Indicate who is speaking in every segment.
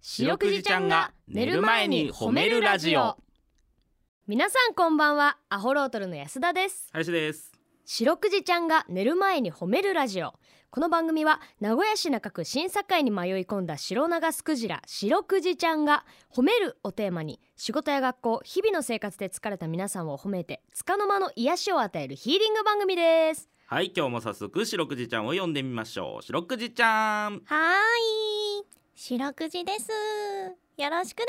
Speaker 1: 白くじちゃんが寝る前に褒めるラジオ
Speaker 2: 皆さんこんばんはアホロートルの安田です
Speaker 1: 林です
Speaker 2: 白くじちゃんが寝る前に褒めるラジオこの番組は名古屋市中区新境に迷い込んだ白長スクジラ白くじちゃんが褒めるをテーマに仕事や学校日々の生活で疲れた皆さんを褒めて束の間の癒しを与えるヒーリング番組です
Speaker 1: はい今日も早速白くじちゃんを呼んでみましょう白くじちゃん
Speaker 3: はーい、白くじです。よろしくで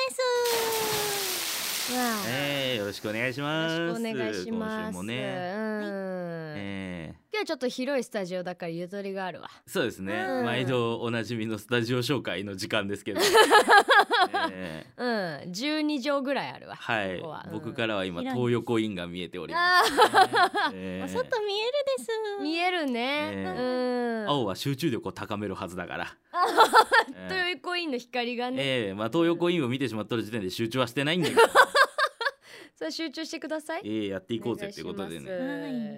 Speaker 3: す。
Speaker 2: わ
Speaker 1: えー、よろしくお願いします
Speaker 2: よろしくお願いし
Speaker 1: 今
Speaker 2: ま
Speaker 1: 週も
Speaker 2: す、
Speaker 1: ね、
Speaker 2: うん
Speaker 1: え
Speaker 2: 今日ちょっと広いスタジオだからゆとりがあるわ
Speaker 1: ーそうですね、
Speaker 2: うん
Speaker 1: 毎度おなじみのスタジオ紹介の時間で すけど、えー
Speaker 2: うん12畳ぐらいあるわ
Speaker 1: はい、
Speaker 2: ここはうん
Speaker 1: 僕からは今
Speaker 3: 広い
Speaker 1: 東横インが見えておりま
Speaker 2: あ
Speaker 1: す、えー
Speaker 3: お外見えるです。
Speaker 2: ー見えるね、
Speaker 1: ね
Speaker 2: うん
Speaker 1: 青は集中力を高めるはず だから、えー
Speaker 2: 豊井コインの光がね、
Speaker 1: ええまあ東横インを見てしまっとる時点で集中はしてないんだけど、
Speaker 2: それ集中してください
Speaker 1: ええやっていこうぜってことでね。
Speaker 3: はい
Speaker 1: え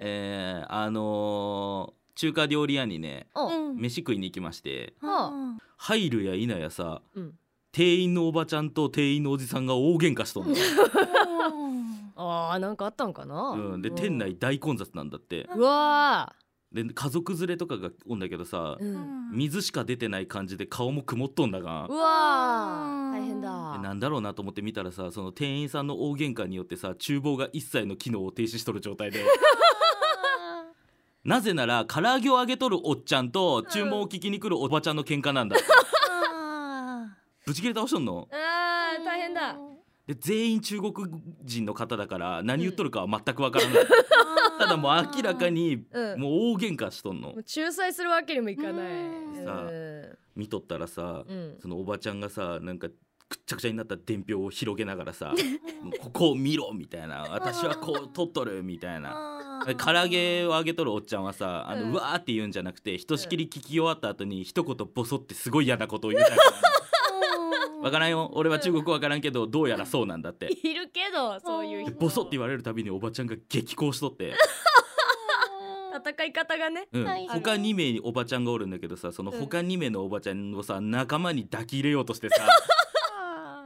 Speaker 1: えあのー中華料理屋にね
Speaker 2: おう
Speaker 3: うん
Speaker 1: 飯食いに行きまして
Speaker 3: は
Speaker 1: 入るや否やさ
Speaker 2: うん
Speaker 1: 店員のおばちゃんと店員のおじさんが大喧嘩しとんの、
Speaker 3: あ。
Speaker 2: あーなんかあったんかな、
Speaker 1: うん、で店内大混雑なんだって
Speaker 2: うわ
Speaker 1: で家族連れとかがおんだけど
Speaker 2: ー、う、
Speaker 1: さ
Speaker 3: うんん
Speaker 1: 水しか出てない感じで顔も曇っとんだが
Speaker 2: うわー
Speaker 3: うん
Speaker 2: 大変
Speaker 1: で
Speaker 2: だ
Speaker 1: なんだろうなと思って見たらさその店員さんの大喧嘩によってさ厨房が一切の機能を停止しとる状態で。なぜなら唐揚げを揚げとるおっちゃんと注文を聞きに来るおばちゃんの喧嘩なんだ、
Speaker 3: あ
Speaker 1: ぶち切れ倒しとんの
Speaker 2: あ
Speaker 3: ー
Speaker 2: ー大変だ
Speaker 1: で全員中国人の方だから何言っとるかは全くわからない、 ただもう明らか。に
Speaker 2: うんも
Speaker 1: もう大喧嘩しとんの
Speaker 2: う仲裁するわけにもいかない
Speaker 3: うん
Speaker 1: さあ
Speaker 2: うん
Speaker 1: 見とったらさ
Speaker 2: うん
Speaker 1: そのおばちゃんがさなんかくっちゃくちゃになった伝票を広げながらさ「もうここを見ろ」みたいな「私はこう取っとる」みたいな。で唐揚げを揚げとるおっちゃんはさあの、う
Speaker 2: うん
Speaker 1: わーって言うんじゃなくてひとしきり聞き終わった後に一言ボソってすごい嫌なことを言うだ けわからんよ俺は中国語わからんけどどうやらそうなんだって
Speaker 2: いるけどそういう
Speaker 1: で
Speaker 2: 人
Speaker 1: ボソって言われるたびにおばちゃんが激高しとって、
Speaker 2: 戦い方がね
Speaker 1: うん
Speaker 3: はい、
Speaker 1: 他2名におばちゃんがおるんだけどさその他2名のおばちゃんをさ仲間に抱き入れようとしてさ「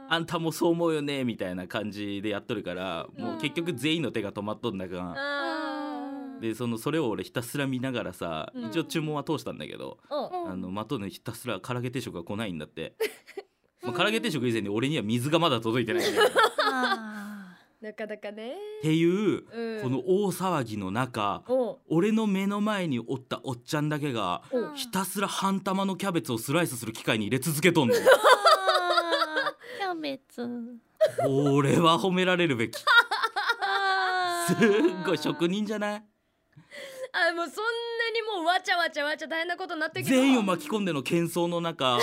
Speaker 1: あんたもそう思うよね」みたいな感じでやっとるからもう結局全員の手が止まっとんだが、
Speaker 2: うん
Speaker 1: でそのそれを俺ひたすら見ながらさ、
Speaker 2: うん
Speaker 1: 一応注文は通したんだけど、
Speaker 2: お
Speaker 1: あの的のひたすら唐揚げ定食が来ないんだって、まあ、唐揚げ定食以前に俺には水がまだ届いてないんだよっ
Speaker 2: なかなかね
Speaker 1: ていう
Speaker 2: うん
Speaker 1: この大騒ぎの中
Speaker 2: お
Speaker 1: 俺の目の前におったおっちゃんだけが
Speaker 2: お
Speaker 1: ひたすら半玉のキャベツをスライスする機械に入れ続けと んの
Speaker 3: キャベツ。
Speaker 1: 俺は褒められる べきす
Speaker 3: す
Speaker 1: っごい職人じゃない
Speaker 2: あもうそんなにもうわちゃわちゃわちゃ大変なことになってきた
Speaker 1: 全員を巻き込んでの喧騒の 中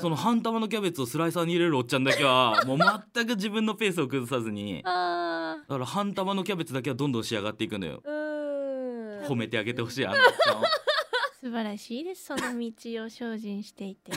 Speaker 1: その半玉のキャベツをスライサーに入れるおっちゃんだけ はもう全く自分のペースを崩さず に
Speaker 3: あ
Speaker 1: だから半玉のキャベツだけはどんどん仕上がっていくのよ
Speaker 2: うん
Speaker 1: 褒めてあげてほしいあのおっ ちゃんを
Speaker 3: 素晴らしいですその道を精進して いて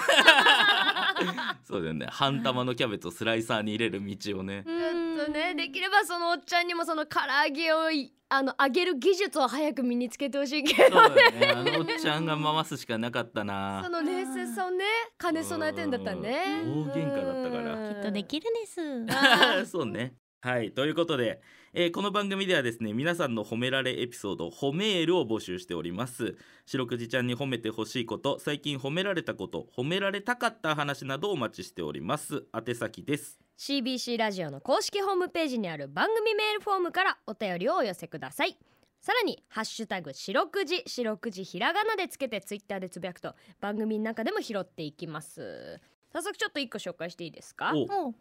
Speaker 1: そうだよね半玉のキャベツをスライサーに入れる道をね
Speaker 2: ちょっとねできればそのおっちゃんにもその唐揚げをいあの揚げる技術を早く身につけてほしいけ
Speaker 1: そ
Speaker 2: ど
Speaker 1: うだよねあのおっちゃんが回すしかなかったな
Speaker 2: その冷静さをね兼ね備えてんだったね
Speaker 1: うん大喧嘩だったから
Speaker 2: うん
Speaker 3: きっとできるです
Speaker 1: そうね。はいということで、えーこの番組ではですね皆さんの褒められエピソード褒めールを募集しております白くじちゃんに褒めてほしいこと最近褒められたこと褒められたかった話などをお待ちしております宛先です
Speaker 2: CBC ラジオの公式ホームページにある番組メールフォームからお便りをお寄せくださいさらに「ハッシュタグ白くじ」「白くじひらがな」でつけてツイッターでつぶやくと番組の中でも拾っていきます早速ちょっと一個紹介していいですか、
Speaker 1: お
Speaker 3: も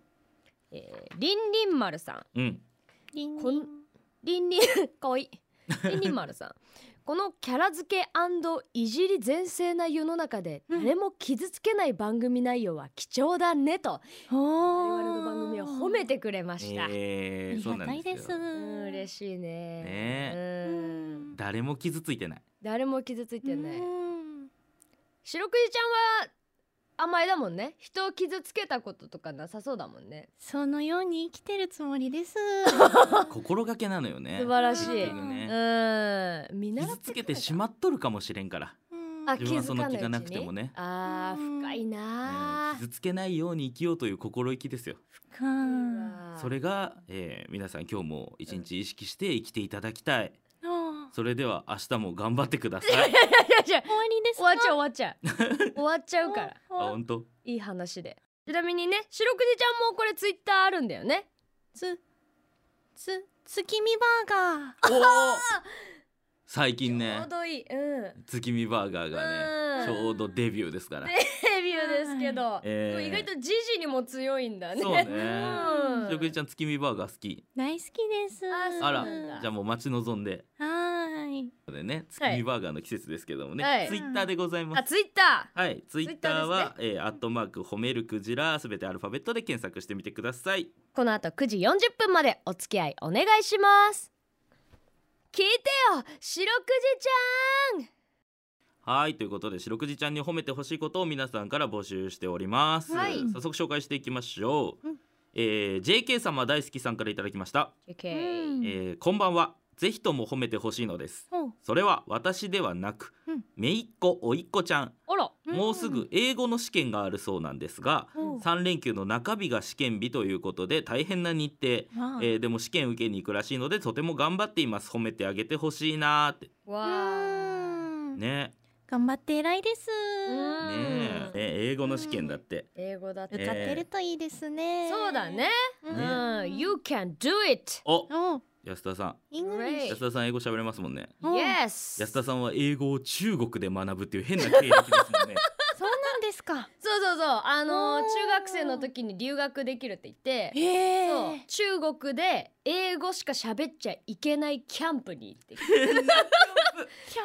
Speaker 2: えー、りんりん丸さん
Speaker 1: うん
Speaker 3: うリン
Speaker 2: こんりんりん かわいいりんりん丸さんこのキャラ付けいじり全盛な世の中で
Speaker 3: うん
Speaker 2: 誰も傷つけない番組内容は貴重だねと我
Speaker 3: 我
Speaker 2: 々の番組を褒めてくれました、
Speaker 1: え
Speaker 3: あ
Speaker 1: ー、
Speaker 3: り
Speaker 1: そう
Speaker 3: が
Speaker 1: な
Speaker 3: た
Speaker 1: ん
Speaker 3: い
Speaker 1: で
Speaker 3: ですす
Speaker 1: よ
Speaker 2: うん嬉しいね
Speaker 1: ね
Speaker 2: うん
Speaker 1: 誰も傷ついてない
Speaker 2: 誰も傷ついてない
Speaker 3: うん
Speaker 2: 白くじちゃんは甘えだもんね人を傷つけたこととかなさそうだもんね
Speaker 3: そのように生きてるつもりです
Speaker 1: 心がけなのよね
Speaker 2: 素晴らしい
Speaker 1: 結局
Speaker 2: う
Speaker 1: ね
Speaker 2: ん見習
Speaker 1: 傷
Speaker 2: っ
Speaker 1: つ
Speaker 2: て
Speaker 1: けてしまっとるかもしれんから
Speaker 3: うん
Speaker 2: あ
Speaker 1: 自分はその気がな
Speaker 2: づ
Speaker 1: くて
Speaker 2: うちに
Speaker 1: もね
Speaker 2: あー
Speaker 3: うん
Speaker 2: 深いな
Speaker 1: えー
Speaker 2: ー、
Speaker 1: 傷つけないように生きようという心意気ですよ
Speaker 3: かあ
Speaker 2: うわー
Speaker 1: それが、えー皆さん今日も一日意識して生きていただきたい、
Speaker 3: あ
Speaker 1: それでは明日も頑張ってく ださい
Speaker 2: い やいや
Speaker 3: 終わりです
Speaker 2: 終わっちゃう終わっちゃ う終わっちゃうから
Speaker 1: あ
Speaker 3: あ
Speaker 1: 本当
Speaker 2: いい話でちなみにね白くじちゃんもこれツイッターあるんだよね
Speaker 3: つつ月見バーガー
Speaker 1: おお最近
Speaker 2: ち
Speaker 1: ね
Speaker 2: ょうどいいうん
Speaker 1: 月見バーガーがねち
Speaker 2: うん
Speaker 1: ょうどデビューですから
Speaker 2: ねデビューですけど、
Speaker 1: えー
Speaker 2: 意外と時事にも強いんだね
Speaker 1: そうね
Speaker 2: うん
Speaker 1: しろくじちゃん月見バーガー好き
Speaker 3: 大好きです
Speaker 2: あそう
Speaker 1: あら
Speaker 2: なんだ
Speaker 1: じゃあもう待ち望んで
Speaker 3: はーい
Speaker 1: でね月
Speaker 2: はい
Speaker 1: 見バーガーの季節ですけどもね、
Speaker 2: はい
Speaker 1: ツイッターでございま
Speaker 2: あ
Speaker 1: す
Speaker 2: ツイッタ
Speaker 1: はい、ツイッター
Speaker 2: Twitter
Speaker 1: は、えーアットマーク褒めるクジラすべてアルファベットで検索してみてください。
Speaker 2: ーこの後9時40分までお付き合いお願いします聞いてよ白くじち
Speaker 1: はいということで白くじちゃんに褒めてほしいことを皆さんから募集しております、
Speaker 2: はい
Speaker 1: 早速紹介していきましょう、
Speaker 3: うん
Speaker 1: えー JK 様大好きさんからいただきました、
Speaker 2: ゃん JK、
Speaker 3: うん
Speaker 1: えーこんばんはぜひとも褒めてほしいのです
Speaker 3: おう
Speaker 1: それは私ではなく、
Speaker 3: うん
Speaker 1: めいっ子おいっ子ちゃん
Speaker 2: あら
Speaker 3: うん
Speaker 1: もうすぐ英語の試験があるそうなんですが、
Speaker 3: おう
Speaker 1: 3連休の中日が試験日ということで大変な日程
Speaker 3: わあ
Speaker 1: えーでも試験受けに行くらしいのでとても頑張っています褒めてあげてほしいなーって
Speaker 2: わー
Speaker 3: うーん
Speaker 1: ね
Speaker 3: 頑張って偉いです
Speaker 2: う
Speaker 1: ね
Speaker 2: ん
Speaker 1: えね英語の試験だって、
Speaker 2: 英語だって、
Speaker 1: え
Speaker 3: 受かってるといいですね
Speaker 2: そうだね、
Speaker 3: うん
Speaker 2: うん You can do it
Speaker 1: お
Speaker 3: お
Speaker 1: 安田さん
Speaker 3: イングリッシ
Speaker 2: え
Speaker 1: 安田さん英語喋れますもんね
Speaker 3: うん
Speaker 2: Yes
Speaker 1: 安田さんは英語を中国で学ぶっていう変な経歴です もんね
Speaker 3: ュそうなんですか
Speaker 2: そうそうそうあのー
Speaker 3: おー
Speaker 2: 中学生の時に留学できるって言って
Speaker 3: へ
Speaker 2: そう
Speaker 3: え
Speaker 2: 中国で英語しか喋っちゃいけないキャンプに行ってきて
Speaker 3: キャ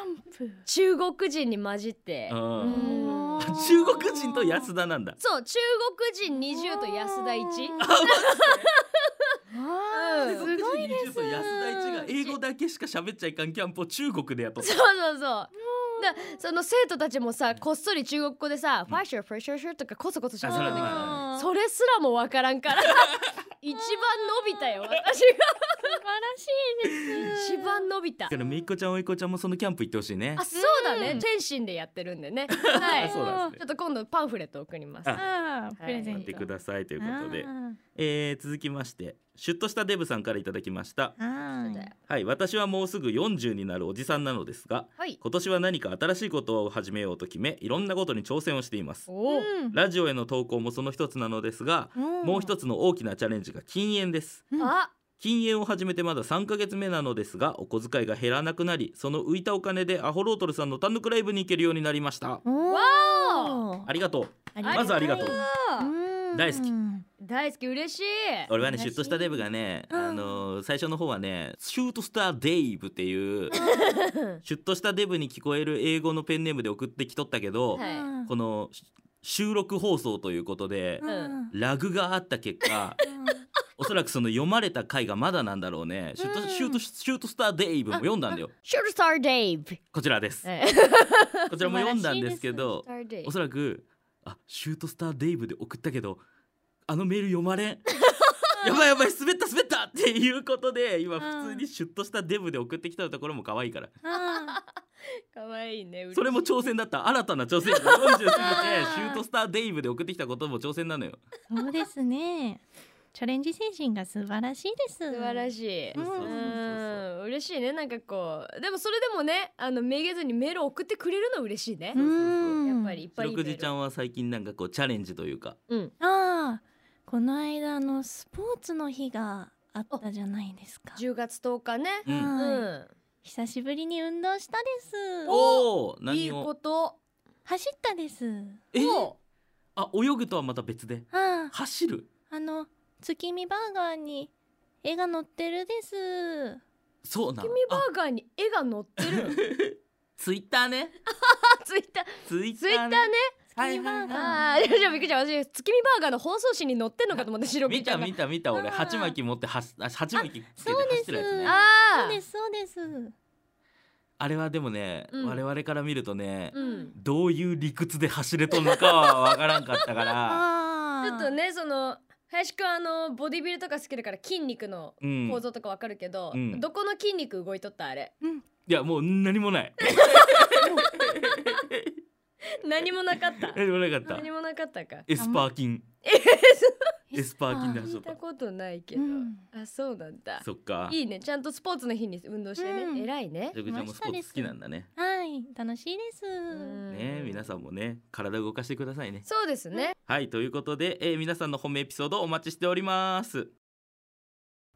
Speaker 3: ンプ
Speaker 2: 中国人に混じって
Speaker 1: う
Speaker 2: うんん
Speaker 3: あー
Speaker 1: 中国人と安田なんだ
Speaker 2: そう中国人20と安田一
Speaker 3: うん
Speaker 2: う
Speaker 3: わあ
Speaker 2: ん
Speaker 3: すごいで
Speaker 1: 中国人
Speaker 3: す
Speaker 1: 20と安田一が英語だけしか喋っちゃいかんキャンプを中国でやっと っ
Speaker 2: そう
Speaker 1: た
Speaker 2: そうそうだその生徒たちもさこっそり中国語でさ「
Speaker 1: ん
Speaker 2: ファッションファッションファッション」とかコソコソしゃ
Speaker 1: あ
Speaker 2: べ
Speaker 1: それは
Speaker 2: る
Speaker 1: できない
Speaker 2: それすらもわからんから 一番伸びたよ私
Speaker 3: 素晴らしいで
Speaker 2: が
Speaker 3: す
Speaker 2: 一番伸びた
Speaker 1: だからめいっ子ちゃんおいっ子ちゃんもそのキャンプ行ってほしいね
Speaker 2: あそうだね、
Speaker 1: うん
Speaker 2: 天津でやってるんで ねは
Speaker 1: あ
Speaker 2: いち
Speaker 1: そうなんで
Speaker 2: ょ
Speaker 1: すね
Speaker 2: っと今度パンフレット送ります
Speaker 1: あ
Speaker 3: あー
Speaker 2: はい
Speaker 3: プレゼ
Speaker 1: 待
Speaker 3: ン
Speaker 1: って
Speaker 3: ト
Speaker 1: くださいということで
Speaker 3: あ、ー
Speaker 1: えー、続きましてシュッとしたデブさんからいただきました
Speaker 3: はーい
Speaker 1: はい私はもうすぐ40になるおじさんなのですが
Speaker 2: はい
Speaker 1: 今年は何か新しいことを始めようと決めいろんなことに挑戦をしています
Speaker 2: おー
Speaker 3: うん
Speaker 1: ラジオへの投稿もその一つなのですがもう一つの大きなチャレンジが禁煙です
Speaker 2: あ
Speaker 1: 禁煙を始めてまだ3ヶ月目なのですがお小遣いが減らなくなりその浮いたお金でアホロートルさんの単独ライブに行けるようになりました
Speaker 3: おー
Speaker 2: わ
Speaker 1: ありがとう
Speaker 3: あり
Speaker 1: まずありがとう
Speaker 3: うん
Speaker 1: 大好き
Speaker 2: 大好き嬉しい
Speaker 1: 俺はねシ
Speaker 3: 嬉しい
Speaker 1: ュッとしたデブがね、あのー最初の方はねシュートスターデイブっていうシュッとしたデブに聞こえる英語のペンネームで送ってきとったけど、
Speaker 2: はい
Speaker 3: うん
Speaker 1: このし収録放送ということで、
Speaker 2: うん
Speaker 1: ラグがあった結果おそらくその読まれた回がまだなんだろうねシュート,、
Speaker 3: うん
Speaker 1: シュートシュートスターデイブも読んだんだよ
Speaker 2: シュルスターデイ ブ
Speaker 1: こちらですこちらも読んだんですけどおそらくあシュートスターデイブで送ったけどあのメール読まれんやばいやばい滑った滑ったっていうことで今
Speaker 3: うん
Speaker 1: 普通にシュッとしたデブで送ってきたところも可愛いから
Speaker 3: あ
Speaker 2: かわいいね嬉しい
Speaker 1: それも挑戦だった新たな挑戦40過ぎてシュートスターデイブで送ってきたことも挑戦なのよ
Speaker 3: ーそうですねチャレンジ精神が素晴らしいです
Speaker 2: 素晴ら
Speaker 3: い
Speaker 2: しい
Speaker 1: そううそうそうそうん
Speaker 2: 嬉しいねなんかこうでもそれでもねあのめげずにメール送ってくれるの嬉しいね
Speaker 1: う
Speaker 3: うん
Speaker 2: やっぱりいっぱいい
Speaker 1: 白
Speaker 2: い
Speaker 1: くじちゃ
Speaker 2: ん
Speaker 1: んは最近なんかこうチャレンジというか
Speaker 2: うん
Speaker 3: ああこの間あのスポーツの日があったじゃないですか
Speaker 2: 10月10日ね
Speaker 1: う
Speaker 2: うん
Speaker 3: ん
Speaker 2: ん
Speaker 3: 久しぶりに運動したです
Speaker 1: お
Speaker 2: い
Speaker 1: お何
Speaker 2: いこ
Speaker 1: を
Speaker 2: と
Speaker 3: 走ったです
Speaker 1: え
Speaker 2: を
Speaker 1: あ泳ぐとはまた別で
Speaker 3: ああ
Speaker 1: 走る
Speaker 3: あの月見バーガーに絵が載ってるです
Speaker 1: そうなの
Speaker 2: 君バーガーに絵が載ってる
Speaker 1: ツイッターね
Speaker 2: あ ツイッター
Speaker 1: ツイッタ
Speaker 2: ツイッタ
Speaker 1: ー
Speaker 2: ー
Speaker 1: ね
Speaker 2: ね
Speaker 1: はいはいはい
Speaker 2: あーじゃあびっくりした私月見バーガーの放送紙に載ってんのかと思って白く
Speaker 1: 見
Speaker 2: じちゃ
Speaker 1: た
Speaker 2: んが
Speaker 1: 見た見た俺
Speaker 3: あー
Speaker 1: 鉢巻き持ってはしあ鉢巻きつけて走ってるやつ
Speaker 3: そ
Speaker 1: ね
Speaker 3: うです
Speaker 1: あ
Speaker 2: あ
Speaker 3: そうで
Speaker 2: ー
Speaker 3: すそうです
Speaker 1: あれはでもね、
Speaker 2: うん
Speaker 1: 我々から見るとね、
Speaker 2: うん
Speaker 1: どういう理屈で走れとんのかはわからんかったから
Speaker 3: あ
Speaker 2: ち
Speaker 3: あ
Speaker 2: ょっとねその林くんあのボディビルとか好きだから筋肉の
Speaker 1: うん
Speaker 2: 構造とかわかるけど、
Speaker 1: うん
Speaker 2: どこの筋肉動いとったあれ
Speaker 1: いやもう何もない
Speaker 2: 何もなか った
Speaker 1: 何もなかった
Speaker 2: 何もなかったか
Speaker 1: エスパー金エスパー金だ
Speaker 2: 聞いたことないけど、
Speaker 3: うん
Speaker 2: あそうなんだ
Speaker 1: そっか
Speaker 2: いいねちゃんとスポーツの日に運動してね、
Speaker 3: うん
Speaker 2: 偉いね
Speaker 1: 食ちゃんもスポーツ好きなんだね
Speaker 3: はい楽しいです、
Speaker 1: ね皆
Speaker 2: ん
Speaker 1: さんもね体動かしてくださいね
Speaker 2: そうですね
Speaker 1: はいということで、えー皆さんの褒めエピソードお待ちしております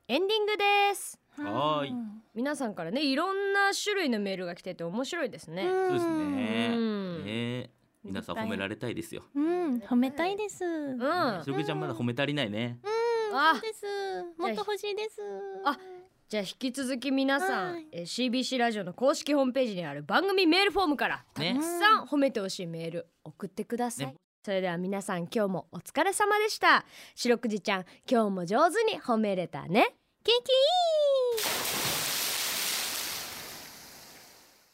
Speaker 2: エンディングです
Speaker 1: はーい
Speaker 2: 皆さんからねいろんな種類のメールが来てて面白いですね、
Speaker 1: そうです
Speaker 2: う
Speaker 1: ね
Speaker 2: ん
Speaker 1: ね皆さん褒められたいですよ
Speaker 3: うん褒めたいです、
Speaker 2: うん、
Speaker 3: あ
Speaker 1: しろくちゃんまだ褒め足りないね
Speaker 2: あ
Speaker 3: そうですもっと欲しいです
Speaker 2: あじゃあ引き続き皆さん、
Speaker 3: はい
Speaker 2: えー CBC ラジオの公式ホームページにある番組メールフォームからた
Speaker 1: ね
Speaker 2: くさん褒めてほしいメール送ってください、
Speaker 1: ね
Speaker 2: それでは皆さん今日もお疲れ様でした白くじちゃん今日も上手に褒めれたね
Speaker 3: キンキン